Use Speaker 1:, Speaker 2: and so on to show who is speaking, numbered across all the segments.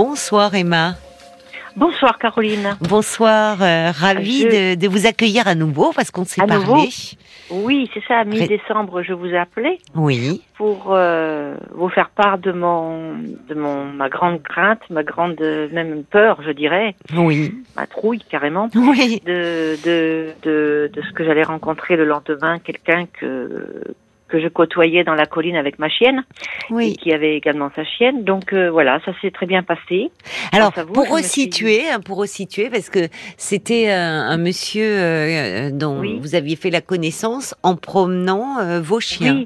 Speaker 1: Bonsoir Emma.
Speaker 2: Bonsoir Caroline.
Speaker 1: Bonsoir, euh, ravie de,
Speaker 2: Je-
Speaker 1: de vous accueillir à nouveau parce qu'on s'est
Speaker 2: À
Speaker 1: parlé.
Speaker 2: nouveau Oui, c'est ça, mi-décembre, je vous appelais
Speaker 1: Oui,
Speaker 2: pour euh, vous faire part de mon de mon ma grande crainte, ma grande euh, même peur, je dirais,
Speaker 1: oui,
Speaker 2: ma trouille carrément
Speaker 1: oui,
Speaker 2: de de de, de ce que j'allais rencontrer le lendemain, quelqu'un que que je côtoyais dans la colline avec ma chienne et
Speaker 1: oui.
Speaker 2: qui avait également sa chienne. Donc euh, voilà, ça s'est très bien passé.
Speaker 1: Alors
Speaker 2: à vous,
Speaker 1: pour
Speaker 2: je me suis-
Speaker 1: resituer, hein, pour resituer, parce que c'était un, un monsieur euh, euh, dont
Speaker 2: Oui.
Speaker 1: vous aviez fait la connaissance en promenant euh, vos chiens.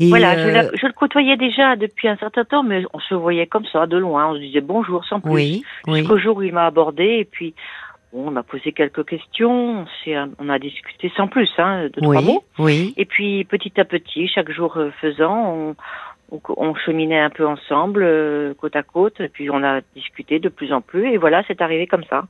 Speaker 2: Oui.
Speaker 1: Et,
Speaker 2: Voilà, je,
Speaker 1: euh,
Speaker 2: la- je le côtoyais déjà depuis un certain temps, mais on se voyait comme ça, de loin, on se disait bonjour sans plus.
Speaker 1: oui, oui,
Speaker 2: Jusqu'au jour où il m'a abordé et puis bon, on m'a posé quelques questions, on, s'est- on a discuté sans plus, hein, de trois
Speaker 1: oui,
Speaker 2: mots.
Speaker 1: oui,
Speaker 2: Et puis petit à petit, chaque jour euh, faisant, on, on, on cheminait un peu ensemble, euh, côte à côte, et puis on a discuté de plus en plus. Et voilà, c'est arrivé comme ça,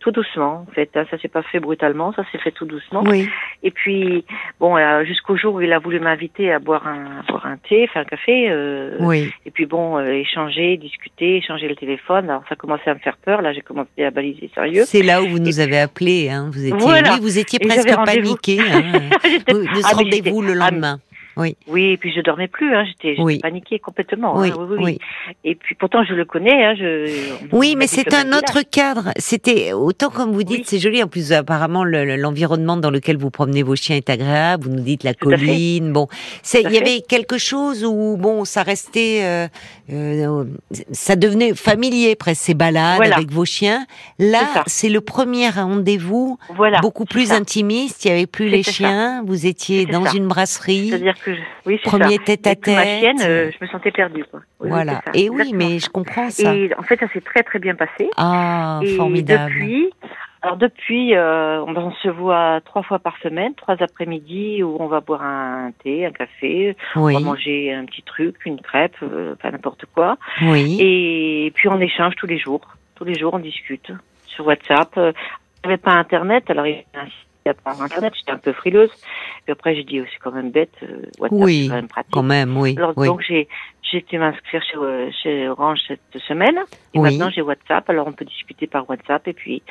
Speaker 2: tout doucement en fait. hein, ça s'est pas fait brutalement, ça s'est fait tout doucement.
Speaker 1: oui,
Speaker 2: Et puis bon, euh, jusqu'au jour où il a voulu m'inviter à boire un, boire un thé, faire un café. euh,
Speaker 1: oui,
Speaker 2: et puis bon, euh, échanger, discuter, échanger le téléphone. Alors ça commençait à me faire peur. Là, j'ai commencé à baliser sérieux.
Speaker 1: C'est là où vous nous avez appelé. Hein. Vous étiez,
Speaker 2: Voilà.
Speaker 1: oui, vous étiez
Speaker 2: Et
Speaker 1: presque
Speaker 2: j'avais rendez-vous.
Speaker 1: paniqué hein,
Speaker 2: J'étais-
Speaker 1: de de ce
Speaker 2: Ah, mais j'étais-
Speaker 1: rendez-vous le
Speaker 2: ah, mais-
Speaker 1: lendemain.
Speaker 2: oui, et puis je dormais plus. Hein, J'étais j'étais
Speaker 1: Oui.
Speaker 2: paniquée complètement. hein,
Speaker 1: Oui,
Speaker 2: oui, oui, oui.
Speaker 1: oui.
Speaker 2: Et puis pourtant, je le connais. Hein, je, on
Speaker 1: Oui,
Speaker 2: m'a
Speaker 1: mais
Speaker 2: dit
Speaker 1: c'est
Speaker 2: ce
Speaker 1: un
Speaker 2: matin-là.
Speaker 1: autre cadre. C'était autant comme vous dites,
Speaker 2: Oui.
Speaker 1: c'est joli. En plus, apparemment, le- le- l'environnement dans lequel vous promenez vos chiens est agréable. Vous nous dites la
Speaker 2: Tout à fait.
Speaker 1: colline. Bon, c'est
Speaker 2: Tout à
Speaker 1: il y
Speaker 2: fait.
Speaker 1: avait quelque chose où bon, ça restait, euh, euh, ça devenait familier presque ces balades
Speaker 2: Voilà.
Speaker 1: avec vos chiens.
Speaker 2: C'est ça.
Speaker 1: Là, c'est le premier rendez-vous,
Speaker 2: Voilà.
Speaker 1: beaucoup
Speaker 2: c'est
Speaker 1: plus
Speaker 2: ça.
Speaker 1: intimiste. Il y avait plus les
Speaker 2: C'était ça.
Speaker 1: chiens. Vous étiez
Speaker 2: C'était
Speaker 1: dans
Speaker 2: ça.
Speaker 1: une brasserie.
Speaker 2: C'est-à-dire que je- oui, c'est ça.
Speaker 1: Premier tête à
Speaker 2: Et puis, ma
Speaker 1: tête.
Speaker 2: chienne, euh, je me sentais perdue. Quoi. Oui, oui,
Speaker 1: voilà.
Speaker 2: c'est ça,
Speaker 1: Et oui,
Speaker 2: exactement
Speaker 1: mais
Speaker 2: ça.
Speaker 1: je comprends ça.
Speaker 2: Et en fait, ça s'est très très bien passé.
Speaker 1: Ah,
Speaker 2: Et
Speaker 1: formidable.
Speaker 2: depuis, alors depuis, euh, on, on se voit trois fois par semaine, trois après-midi où on va boire un thé, un café,
Speaker 1: oui,
Speaker 2: on va manger un petit truc, une crêpe, euh, enfin n'importe quoi.
Speaker 1: oui.
Speaker 2: Et puis on échange tous les jours. Tous les jours, on discute sur WhatsApp. Euh, J'avais pas Internet, alors il m'a incité à prendre Internet, j'étais un peu frileuse. Puis après, j'ai dit, oh, c'est quand même bête, euh, WhatsApp,
Speaker 1: Oui,
Speaker 2: c'est quand même pratique.
Speaker 1: Quand même, oui.
Speaker 2: Alors,
Speaker 1: oui.
Speaker 2: donc, j'ai, j'ai été m'inscrire chez, euh, chez Orange cette semaine. Et
Speaker 1: Oui.
Speaker 2: maintenant, j'ai WhatsApp. Alors, on peut discuter par WhatsApp et puis,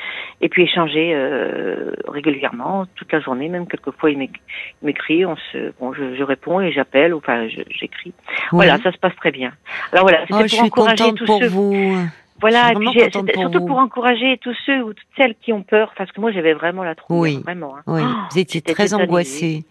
Speaker 2: et puis échanger euh, régulièrement, toute la journée. Même quelquefois, il m'éc- il m'écrit. On se, bon, je, je réponds et j'appelle. ou Enfin, je- j'écris.
Speaker 1: Oui.
Speaker 2: Voilà, ça se passe très bien. Alors, voilà, c'était
Speaker 1: Oh,
Speaker 2: pour
Speaker 1: je suis
Speaker 2: encourager
Speaker 1: contente
Speaker 2: tous
Speaker 1: pour
Speaker 2: ceux.
Speaker 1: vous.
Speaker 2: Voilà,
Speaker 1: suis
Speaker 2: et puis
Speaker 1: vraiment
Speaker 2: j'ai-
Speaker 1: contente
Speaker 2: c'était
Speaker 1: pour
Speaker 2: surtout
Speaker 1: vous.
Speaker 2: pour encourager tous ceux ou toutes celles qui ont peur. Parce que moi, j'avais vraiment la trouille.
Speaker 1: Oui.
Speaker 2: hein, vraiment. hein.
Speaker 1: Oui,
Speaker 2: Oh,
Speaker 1: vous étiez
Speaker 2: j'étais
Speaker 1: très
Speaker 2: tétanisée.
Speaker 1: angoissée.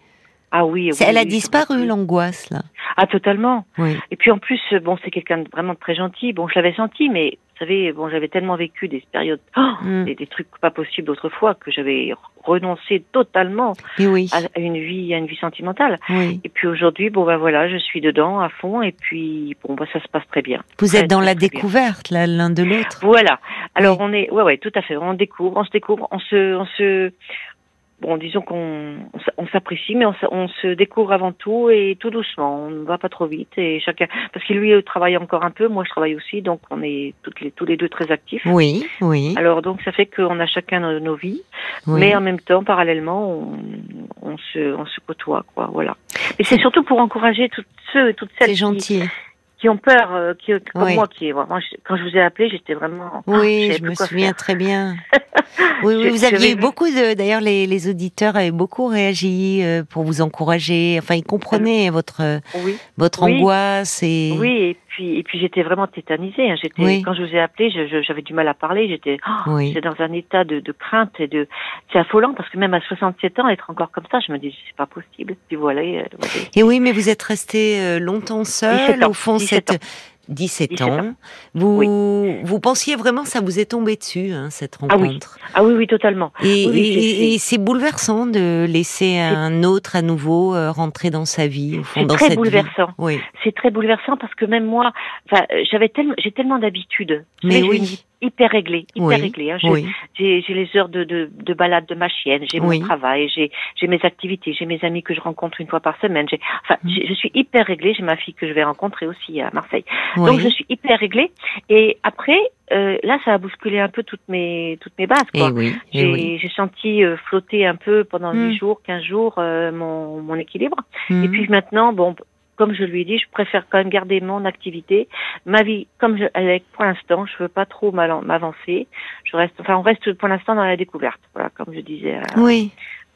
Speaker 2: Ah oui.
Speaker 1: C'est-
Speaker 2: oui,
Speaker 1: Elle a
Speaker 2: oui,
Speaker 1: disparu,
Speaker 2: complètement.
Speaker 1: l'angoisse, là.
Speaker 2: Ah, totalement.
Speaker 1: Oui,
Speaker 2: Et puis en plus, euh, bon, c'est quelqu'un de vraiment très gentil. Bon, je l'avais senti, mais vous savez, bon, j'avais tellement vécu des périodes, oh,
Speaker 1: Mm.
Speaker 2: des, des trucs pas possibles autrefois que j'avais renoncé totalement
Speaker 1: mais oui,
Speaker 2: à, à une vie, à une vie sentimentale.
Speaker 1: oui.
Speaker 2: Et puis aujourd'hui, bon, ben voilà, je suis dedans à fond, et puis bon, bah ça se passe très bien.
Speaker 1: Vous
Speaker 2: très,
Speaker 1: êtes dans
Speaker 2: très,
Speaker 1: la
Speaker 2: très bien.
Speaker 1: découverte, là, l'un de l'autre.
Speaker 2: Voilà. Alors
Speaker 1: Oui.
Speaker 2: on est, ouais, ouais, tout à fait. On découvre, on se découvre, on se, on se, bon, disons qu'on, on s- on s'apprécie, mais on, s- on se découvre avant tout et tout doucement. On ne va pas trop vite et chacun, parce que lui euh, travaille encore un peu, moi je travaille aussi, donc on est toutes les, tous les deux très actifs.
Speaker 1: Oui, oui,
Speaker 2: Alors donc ça fait qu'on a chacun nos, nos vies,
Speaker 1: oui.
Speaker 2: mais en même temps, parallèlement, on, on se, on se côtoie, quoi. Voilà. Et c'est surtout pour encourager tous ceux et toutes celles
Speaker 1: C'est
Speaker 2: qui,
Speaker 1: gentil.
Speaker 2: qui ont peur, euh, qui, comme
Speaker 1: Oui.
Speaker 2: moi, qui vraiment, je- quand je vous ai appelé, j'étais vraiment.
Speaker 1: Oui,
Speaker 2: savais
Speaker 1: je
Speaker 2: plus
Speaker 1: me
Speaker 2: quoi
Speaker 1: souviens très bien. Oui, oui,
Speaker 2: Je-
Speaker 1: vous
Speaker 2: je
Speaker 1: aviez
Speaker 2: vais-
Speaker 1: eu beaucoup de. D'ailleurs, les, les auditeurs avaient beaucoup réagi euh, pour vous encourager. Enfin, ils comprenaient votre
Speaker 2: Oui.
Speaker 1: votre
Speaker 2: Oui.
Speaker 1: angoisse et.
Speaker 2: Oui, et puis et puis j'étais vraiment tétanisée. hein. J'étais
Speaker 1: Oui.
Speaker 2: quand je vous ai appelé, je- je- j'avais du mal à parler. J'étais oh,
Speaker 1: Oui.
Speaker 2: j'étais dans un état de, de crainte et de c'est affolant parce que même à 67 ans être encore comme ça, je me dis c'est pas possible. Puis voilà, euh, voilà.
Speaker 1: Et Eh oui, mais vous êtes resté euh, longtemps seul,
Speaker 2: 17 ans,
Speaker 1: au fond,
Speaker 2: 17
Speaker 1: cette...
Speaker 2: ans.
Speaker 1: 17,
Speaker 2: 17
Speaker 1: ans.
Speaker 2: ans.
Speaker 1: Vous, vous pensiez vraiment que ça vous est tombé dessus, hein, cette
Speaker 2: Ah oui.
Speaker 1: rencontre.
Speaker 2: ah oui oui totalement.
Speaker 1: Et,
Speaker 2: Oui, oui,
Speaker 1: et-
Speaker 2: c'est-
Speaker 1: et- et c'est bouleversant de laisser un autre à nouveau euh, rentrer dans sa vie, au fond,
Speaker 2: C'est
Speaker 1: dans
Speaker 2: très
Speaker 1: cette vie.
Speaker 2: bouleversant.
Speaker 1: Oui,
Speaker 2: C'est très bouleversant parce que même moi, enfin, euh, j'avais tellement j'ai tellement d'habitudes. Vous
Speaker 1: mais
Speaker 2: savez, j'ai une
Speaker 1: oui,
Speaker 2: vie Hyper réglée, hyper
Speaker 1: Oui.
Speaker 2: réglée. hein. Je-
Speaker 1: oui,
Speaker 2: J'ai j'ai les heures de, de, de balade de ma chienne, j'ai
Speaker 1: Oui.
Speaker 2: mon travail, j'ai j'ai mes activités, j'ai mes amis que je rencontre une fois par semaine. j'ai- Enfin,
Speaker 1: Mhm.
Speaker 2: j'ai- je suis hyper réglée, j'ai ma fille que je vais rencontrer aussi à Marseille. Donc je
Speaker 1: oui.
Speaker 2: suis hyper réglée. Et après, euh, là, ça a bousculé un peu toutes mes toutes mes bases.
Speaker 1: Et
Speaker 2: Quoi.
Speaker 1: Eh oui, et
Speaker 2: J'ai
Speaker 1: oui.
Speaker 2: j'ai senti euh, flotter un peu pendant
Speaker 1: Mm.
Speaker 2: 10 jours, 15 jours euh, mon, mon équilibre. Et
Speaker 1: Mhm.
Speaker 2: puis maintenant, bon, comme je lui ai dit, je préfère quand même garder mon activité, ma vie comme je, elle est pour l'instant. Je veux pas trop m'al- m'avancer. Je reste, enfin, on reste pour l'instant dans la découverte. Voilà, comme je disais à,
Speaker 1: Oui.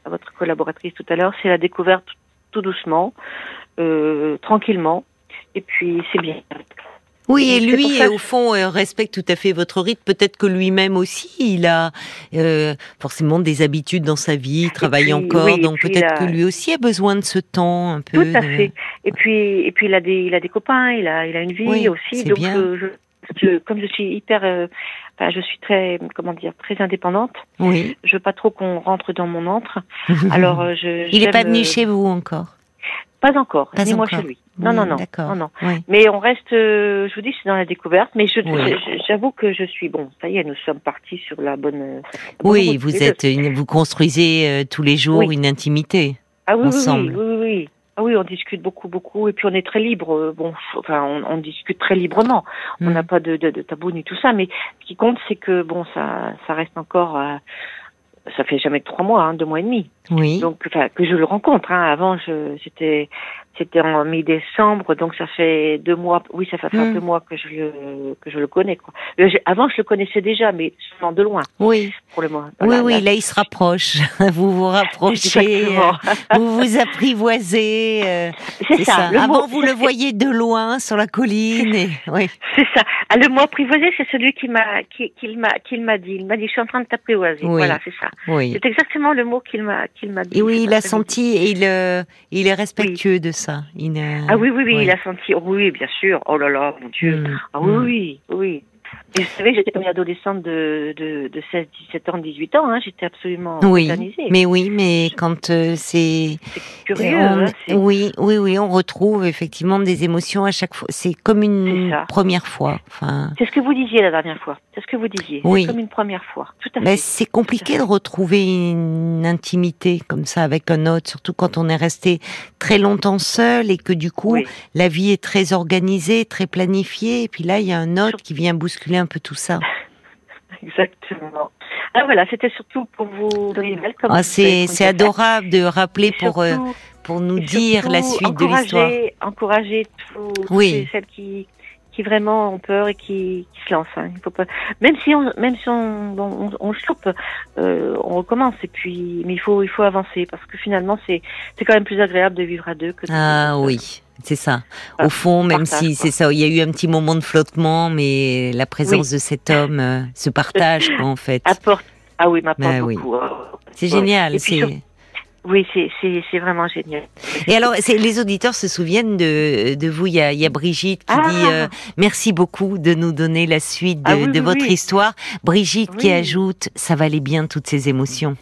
Speaker 2: à votre collaboratrice tout à l'heure, c'est la découverte tout doucement, euh, tranquillement, et puis c'est bien.
Speaker 1: Oui,
Speaker 2: Et
Speaker 1: et
Speaker 2: c'est pour
Speaker 1: lui,
Speaker 2: ça
Speaker 1: euh,
Speaker 2: que-
Speaker 1: au fond, euh, respecte tout à fait votre rythme. Peut-être que lui-même aussi, il a euh, forcément des habitudes dans sa vie, il travaille
Speaker 2: puis,
Speaker 1: encore,
Speaker 2: oui, et
Speaker 1: donc
Speaker 2: puis
Speaker 1: peut-être
Speaker 2: la-
Speaker 1: que lui aussi a besoin de ce temps un peu.
Speaker 2: Tout à
Speaker 1: de-
Speaker 2: fait. Et puis, et puis il a des, il a des copains, il a, il a une vie
Speaker 1: Oui,
Speaker 2: aussi.
Speaker 1: c'est
Speaker 2: Donc,
Speaker 1: bien.
Speaker 2: euh, je, je- comme je suis hyper, euh, enfin, je suis très, comment dire, très indépendante.
Speaker 1: Oui.
Speaker 2: Je veux pas trop qu'on rentre dans mon antre. Alors, euh, je.
Speaker 1: Mhm. il n'est
Speaker 2: j'aime,
Speaker 1: pas venu
Speaker 2: euh,
Speaker 1: chez vous encore.
Speaker 2: Pas encore.
Speaker 1: Pas
Speaker 2: ni moi
Speaker 1: encore.
Speaker 2: chez lui. Non,
Speaker 1: Oui,
Speaker 2: non, non.
Speaker 1: D'accord.
Speaker 2: Non, non.
Speaker 1: Oui.
Speaker 2: Mais on reste, euh, je vous dis, c'est dans la découverte. Mais je,
Speaker 1: Oui.
Speaker 2: je- j'avoue que je suis bon. Ça y est, nous sommes partis sur la bonne. euh, la bonne
Speaker 1: Oui,
Speaker 2: route,
Speaker 1: vous
Speaker 2: les deux.
Speaker 1: êtes, une- vous construisez euh, tous les jours
Speaker 2: Oui.
Speaker 1: une intimité.
Speaker 2: Ah oui, oui,
Speaker 1: ensemble.
Speaker 2: Oui, oui, oui, oui. Ah oui, on discute beaucoup, beaucoup, et puis on est très libre. euh, Bon, f- enfin, on, on discute très librement. On
Speaker 1: Mm.
Speaker 2: n'a pas de, de, de tabou ni tout ça, mais ce qui compte, c'est que bon, ça, ça reste encore. euh, ça fait jamais que trois mois, hein, deux mois et demi.
Speaker 1: Oui.
Speaker 2: Donc, enfin, que je le rencontre. Hein. Avant, je, c'était, c'était en mi-décembre, donc ça fait deux mois. Oui, ça fait faire
Speaker 1: Mm.
Speaker 2: deux mois que je le, que je le connais. Quoi. Euh, j'ai- avant, je le connaissais déjà, mais seulement de loin,
Speaker 1: Oui.
Speaker 2: pour le moment.
Speaker 1: Oui,
Speaker 2: Voilà,
Speaker 1: oui.
Speaker 2: là,
Speaker 1: Là, il se rapproche. vous vous rapprochez.
Speaker 2: Exactement.
Speaker 1: euh, Vous vous apprivoisez. euh,
Speaker 2: C'est,
Speaker 1: C'est
Speaker 2: ça.
Speaker 1: ça.
Speaker 2: Le
Speaker 1: Avant,
Speaker 2: mot-
Speaker 1: vous le voyez de loin sur la colline. et- Oui.
Speaker 2: C'est ça. Ah, le mot apprivoisé, c'est celui qui m'a, qui, qu'il m'a, qu'il m'a dit. Il m'a dit, je suis en train de t'apprivoiser.
Speaker 1: Oui.
Speaker 2: Voilà, c'est ça.
Speaker 1: oui.
Speaker 2: C'est exactement le mot qu'il m'a, qu'il m'a dit.
Speaker 1: Et oui,
Speaker 2: cet
Speaker 1: il a
Speaker 2: après-midi.
Speaker 1: senti et il, euh, il est respectueux de ça. Il, euh,
Speaker 2: Ah oui, oui, oui,
Speaker 1: oui.
Speaker 2: il a senti. Oh oui, bien sûr. Oh là là, mon Dieu.
Speaker 1: mm,
Speaker 2: Ah oui,
Speaker 1: mm.
Speaker 2: oui, oui. Et vous savez, j'étais une adolescente de, de, de 16, 17 ans, 18 ans, hein. J'étais absolument
Speaker 1: Oui,
Speaker 2: tétanisée.
Speaker 1: mais oui, mais quand euh, c'est
Speaker 2: C'est curieux,
Speaker 1: on-
Speaker 2: hein, c'est-
Speaker 1: oui, oui, oui, on retrouve effectivement des émotions à chaque fois. C'est comme une
Speaker 2: C'est ça.
Speaker 1: première fois. Enfin,
Speaker 2: C'est ce que vous disiez la dernière fois. C'est ce que vous disiez.
Speaker 1: Oui.
Speaker 2: C'est comme une première fois. Tout à
Speaker 1: mais
Speaker 2: fait.
Speaker 1: c'est compliqué de retrouver une intimité comme ça avec un autre, surtout quand on est resté très longtemps seul et que du coup
Speaker 2: Oui.
Speaker 1: la vie est très organisée, très planifiée. Et puis là, il y a un autre qui vient bousculer un peu tout ça.
Speaker 2: Exactement. Ah voilà, c'était surtout pour vous donner une nouvelle, comme
Speaker 1: Ah,
Speaker 2: vous
Speaker 1: c'est
Speaker 2: savez qu'on
Speaker 1: c'est
Speaker 2: doit faire.
Speaker 1: adorable de rappeler
Speaker 2: Et
Speaker 1: pour euh,
Speaker 2: surtout-
Speaker 1: pour nous
Speaker 2: et
Speaker 1: dire la
Speaker 2: surtout,
Speaker 1: suite de l'histoire.
Speaker 2: encourager- Encourager tous
Speaker 1: Oui.
Speaker 2: tous celles qui qui vraiment ont peur et qui, qui se lancent. hein. Il faut pas, même si on même si on bon, on, on chope, euh, on recommence et puis mais il faut il faut avancer parce que finalement c'est c'est quand même plus agréable de vivre à deux que de
Speaker 1: Ah oui, c'est ça. Au
Speaker 2: Voilà,
Speaker 1: fond, même
Speaker 2: Ah, partage,
Speaker 1: si
Speaker 2: quoi.
Speaker 1: c'est ça, il y a eu un petit moment de flottement, mais la présence de cet homme, euh, ce partage, quoi, en fait,
Speaker 2: apporte ah oui m'apporte
Speaker 1: Bah oui.
Speaker 2: beaucoup. Ah,
Speaker 1: c'est
Speaker 2: ouais.
Speaker 1: génial.
Speaker 2: Et puis surtout-
Speaker 1: c'est-
Speaker 2: Oui c'est c'est c'est vraiment génial.
Speaker 1: Et alors, c'est- les auditeurs se souviennent de, de vous. Il y a, il y a Brigitte qui
Speaker 2: Ah.
Speaker 1: dit euh, merci beaucoup de nous donner la suite de,
Speaker 2: Ah oui,
Speaker 1: de
Speaker 2: oui,
Speaker 1: votre
Speaker 2: oui.
Speaker 1: histoire. Brigitte qui
Speaker 2: Oui.
Speaker 1: ajoute ça valait bien toutes ces émotions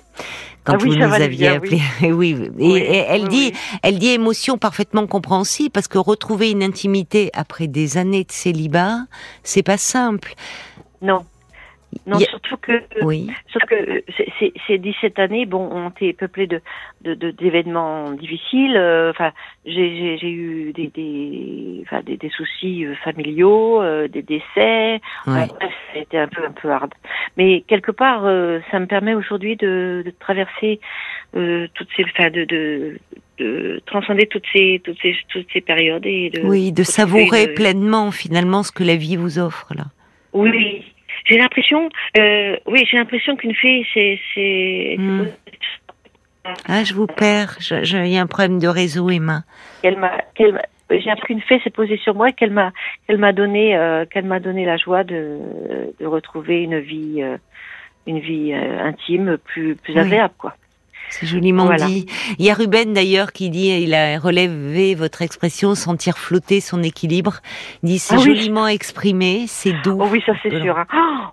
Speaker 1: quand
Speaker 2: Ah oui,
Speaker 1: vous
Speaker 2: ça
Speaker 1: nous
Speaker 2: valait
Speaker 1: aviez
Speaker 2: bien,
Speaker 1: appelé. Et oui, et,
Speaker 2: Oui,
Speaker 1: et elle
Speaker 2: oui,
Speaker 1: dit
Speaker 2: oui.
Speaker 1: Elle dit émotion parfaitement compréhensible parce que retrouver une intimité après des années de célibat, c'est pas simple.
Speaker 2: non non
Speaker 1: Il y a-
Speaker 2: surtout que
Speaker 1: Oui,
Speaker 2: Sauf que euh, c'est- c'est- ces 17 années, bon, ont été peuplées de de- de- d'événements difficiles. euh, Enfin, j'ai- j'ai j'ai eu des des, enfin, des des soucis euh, familiaux, euh, des décès.
Speaker 1: ouais.
Speaker 2: Bref, C'était un peu un peu hard. Mais quelque part, euh, ça me permet aujourd'hui de, de traverser euh, toutes ces, enfin, de, de de transcender toutes ces toutes ces toutes ces périodes et de
Speaker 1: oui, de
Speaker 2: retrouver
Speaker 1: savourer
Speaker 2: euh, une- euh,
Speaker 1: pleinement finalement ce que la vie vous offre là.
Speaker 2: oui. J'ai l'impression, euh, oui, j'ai l'impression qu'une fille, c'est, c'est,
Speaker 1: Hmm. Ah, je vous perds. je- je- Il y a un problème de réseau, Emma.
Speaker 2: qu'elle m'a, qu'elle m'a- j'ai appris une fée s'est posée sur moi et qu'elle m'a, qu'elle m'a donné, euh, qu'elle m'a donné la joie de, de retrouver une vie, euh, une vie euh, intime plus, plus
Speaker 1: Oui.
Speaker 2: agréable, quoi.
Speaker 1: C'est joliment
Speaker 2: Voilà.
Speaker 1: dit. Il y a Ruben d'ailleurs qui dit, il a relevé votre expression, sentir flotter son équilibre. Il dit c'est
Speaker 2: Ah oui.
Speaker 1: joliment exprimé, c'est doux.
Speaker 2: Oh oui, ça c'est
Speaker 1: Voilà.
Speaker 2: sûr. hein.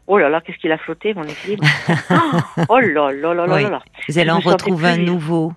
Speaker 2: Oh, Oh là là, qu'est-ce qu'il a flotté, mon équilibre. Oh, Oh là là là là
Speaker 1: Oui.
Speaker 2: là là.
Speaker 1: Vous allez
Speaker 2: je
Speaker 1: en
Speaker 2: me sentais
Speaker 1: retrouver un
Speaker 2: plus-
Speaker 1: nouveau.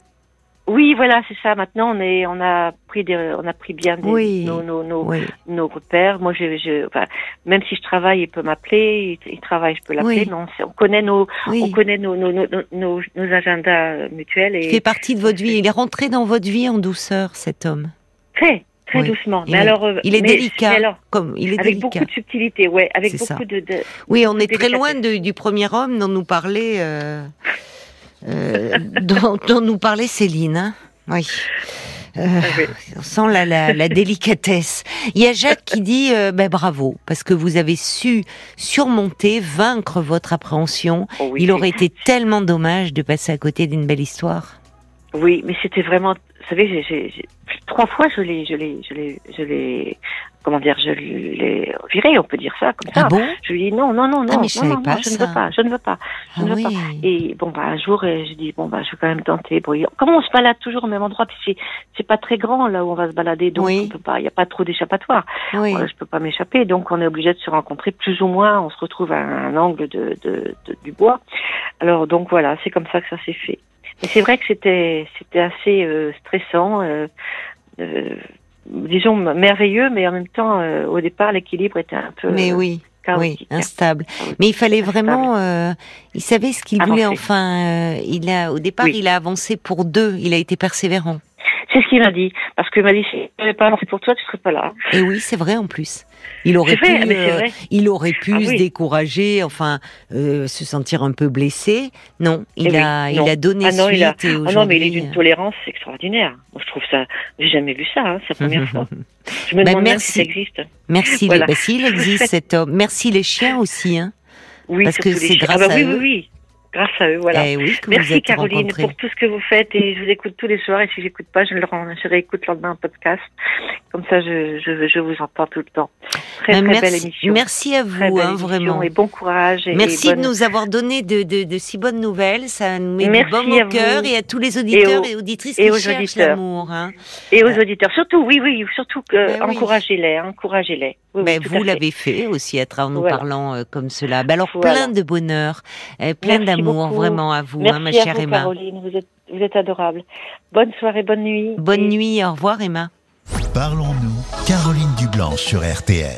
Speaker 2: Oui, voilà, c'est ça. Maintenant, on est, on a pris des, on a pris bien des,
Speaker 1: Oui.
Speaker 2: nos, nos, nos,
Speaker 1: Oui.
Speaker 2: nos repères. Moi, je, je, enfin, même si je travaille, il peut m'appeler. Il, il travaille, je peux l'appeler.
Speaker 1: Oui.
Speaker 2: Mais on, sait- on connaît nos,
Speaker 1: Oui.
Speaker 2: on connaît nos, nos, nos, nos, nos agendas euh, mutuels
Speaker 1: Il
Speaker 2: et
Speaker 1: fait partie de votre vie. Il est rentré dans votre vie en douceur, cet homme.
Speaker 2: très, très
Speaker 1: Oui.
Speaker 2: doucement.
Speaker 1: Il
Speaker 2: mais
Speaker 1: est-
Speaker 2: alors, euh,
Speaker 1: il est
Speaker 2: mais-
Speaker 1: délicat.
Speaker 2: mais alors,
Speaker 1: Comme il est
Speaker 2: avec
Speaker 1: délicat.
Speaker 2: beaucoup de subtilité, ouais, avec
Speaker 1: C'est
Speaker 2: beaucoup
Speaker 1: ça.
Speaker 2: de, de-
Speaker 1: Oui, on est très
Speaker 2: délicatesse.
Speaker 1: loin de- du premier homme dont nous parlait, euh, euh, dont, dont nous parlait Céline. hein. oui. Euh,
Speaker 2: ah,
Speaker 1: on sent la, la, la délicatesse. Il y a Jacques qui dit euh, ben, bravo, parce que vous avez su surmonter, vaincre votre appréhension.
Speaker 2: Oh oui.
Speaker 1: Il aurait été tellement dommage de passer à côté d'une belle histoire.
Speaker 2: Oui, mais c'était vraiment. Vous savez, j'ai- j'ai- j'ai- trois fois je l'ai, je l'ai, je l'ai, je l'ai. Comment dire, je l'ai viré, on peut dire ça comme ça.
Speaker 1: Ah bon
Speaker 2: Je lui ai dit non, non, non,
Speaker 1: Ah,
Speaker 2: non,
Speaker 1: mais je
Speaker 2: non,
Speaker 1: savais
Speaker 2: non,
Speaker 1: pas
Speaker 2: non, je ne
Speaker 1: ça.
Speaker 2: veux pas, je ne veux pas.
Speaker 1: Ah
Speaker 2: ne veux
Speaker 1: oui.
Speaker 2: pas. Et bon, bah, un jour, euh, je dis, bon, bah, je vais quand même tenter. Bon, et- comme on se balade toujours au même endroit, puis c'est, c'est pas très grand là où on va se balader, donc
Speaker 1: Oui.
Speaker 2: on peut pas, il n'y a pas trop d'échappatoire.
Speaker 1: Oui.
Speaker 2: Moi, je peux pas m'échapper, donc on est obligé de se rencontrer plus ou moins, on se retrouve à un angle de, de- de- du bois. Alors, donc voilà, c'est comme ça que ça s'est fait. Mais c'est vrai que c'était, c'était assez euh, stressant, euh, euh, disons merveilleux, mais en même temps, euh, au départ, l'équilibre était un peu
Speaker 1: Mais oui,
Speaker 2: chaotique.
Speaker 1: oui, instable. Mais il fallait vraiment. euh, il savait ce qu'il voulait.
Speaker 2: Avancer.
Speaker 1: Enfin, euh, il a au départ,
Speaker 2: Oui.
Speaker 1: il a avancé pour deux. Il a été persévérant.
Speaker 2: C'est ce qu'il m'a dit, parce qu'il m'a dit, si je n'avais pas avancé pour toi, tu serais pas là.
Speaker 1: Et oui, c'est vrai en plus. Il aurait
Speaker 2: C'est vrai,
Speaker 1: pu.
Speaker 2: mais c'est
Speaker 1: euh,
Speaker 2: vrai.
Speaker 1: Il aurait pu
Speaker 2: Ah
Speaker 1: se
Speaker 2: oui.
Speaker 1: décourager, enfin, euh, se sentir un peu blessé. Non, il
Speaker 2: Eh oui,
Speaker 1: a,
Speaker 2: non.
Speaker 1: il a donné
Speaker 2: Ah non,
Speaker 1: suite
Speaker 2: il a-
Speaker 1: et
Speaker 2: Ah non, mais il est
Speaker 1: aujourd'hui, euh,
Speaker 2: d'une tolérance extraordinaire. Moi, je trouve ça, j'ai jamais vu ça, hein, c'est la première fois. Je me
Speaker 1: Bah,
Speaker 2: demande même
Speaker 1: merci.
Speaker 2: si ça existe.
Speaker 1: Merci.
Speaker 2: Voilà.
Speaker 1: Les... bah, si, il existe cet homme. Merci les chiens aussi. Hein.
Speaker 2: Oui,
Speaker 1: Parce que
Speaker 2: surtout les
Speaker 1: c'est
Speaker 2: chiens.
Speaker 1: grâce
Speaker 2: ah bah
Speaker 1: à
Speaker 2: oui,
Speaker 1: eux.
Speaker 2: oui, oui, grâce à eux, voilà.
Speaker 1: Eh oui, que vous
Speaker 2: Merci
Speaker 1: êtes
Speaker 2: Caroline
Speaker 1: rencontrés.
Speaker 2: pour tout ce que vous faites et je vous écoute tous les soirs et si j'écoute pas, je le rends, je réécoute le lendemain en podcast. Comme ça, je, je, je vous entends tout le temps. Très,
Speaker 1: Bah,
Speaker 2: très
Speaker 1: merci,
Speaker 2: belle émission.
Speaker 1: merci à vous,
Speaker 2: Très belle
Speaker 1: hein,
Speaker 2: émission
Speaker 1: vraiment.
Speaker 2: Et bon courage. Et
Speaker 1: Merci
Speaker 2: bonne-
Speaker 1: de nous avoir donné de, de, de si bonnes nouvelles. Ça nous met
Speaker 2: Merci
Speaker 1: du baume
Speaker 2: à
Speaker 1: au
Speaker 2: vous.
Speaker 1: cœur et à tous les auditeurs
Speaker 2: aux-
Speaker 1: et, auditrices
Speaker 2: et
Speaker 1: qui
Speaker 2: aux
Speaker 1: cherchent
Speaker 2: auditeurs.
Speaker 1: l'amour. Hein.
Speaker 2: Et aux auditeurs, surtout, oui, oui, surtout que
Speaker 1: Ben oui.
Speaker 2: encouragez-les, hein, encouragez-les. Oui,
Speaker 1: Mais
Speaker 2: oui, tout à
Speaker 1: Ben, vous
Speaker 2: fait.
Speaker 1: l'avez fait aussi à tra- en nous
Speaker 2: Voilà.
Speaker 1: parlant euh, comme cela. Bah alors
Speaker 2: Voilà.
Speaker 1: plein de bonheur, euh, plein
Speaker 2: Merci
Speaker 1: d'amour
Speaker 2: beaucoup.
Speaker 1: vraiment à vous,
Speaker 2: Merci
Speaker 1: hein, ma
Speaker 2: à
Speaker 1: chère
Speaker 2: vous,
Speaker 1: Emma.
Speaker 2: Caroline, vous êtes, vous êtes adorable. Bonne soirée, bonne nuit.
Speaker 1: Bonne
Speaker 2: Et-
Speaker 1: nuit, au revoir Emma.
Speaker 3: Parlons-nous, Caroline Dublanc sur RTL.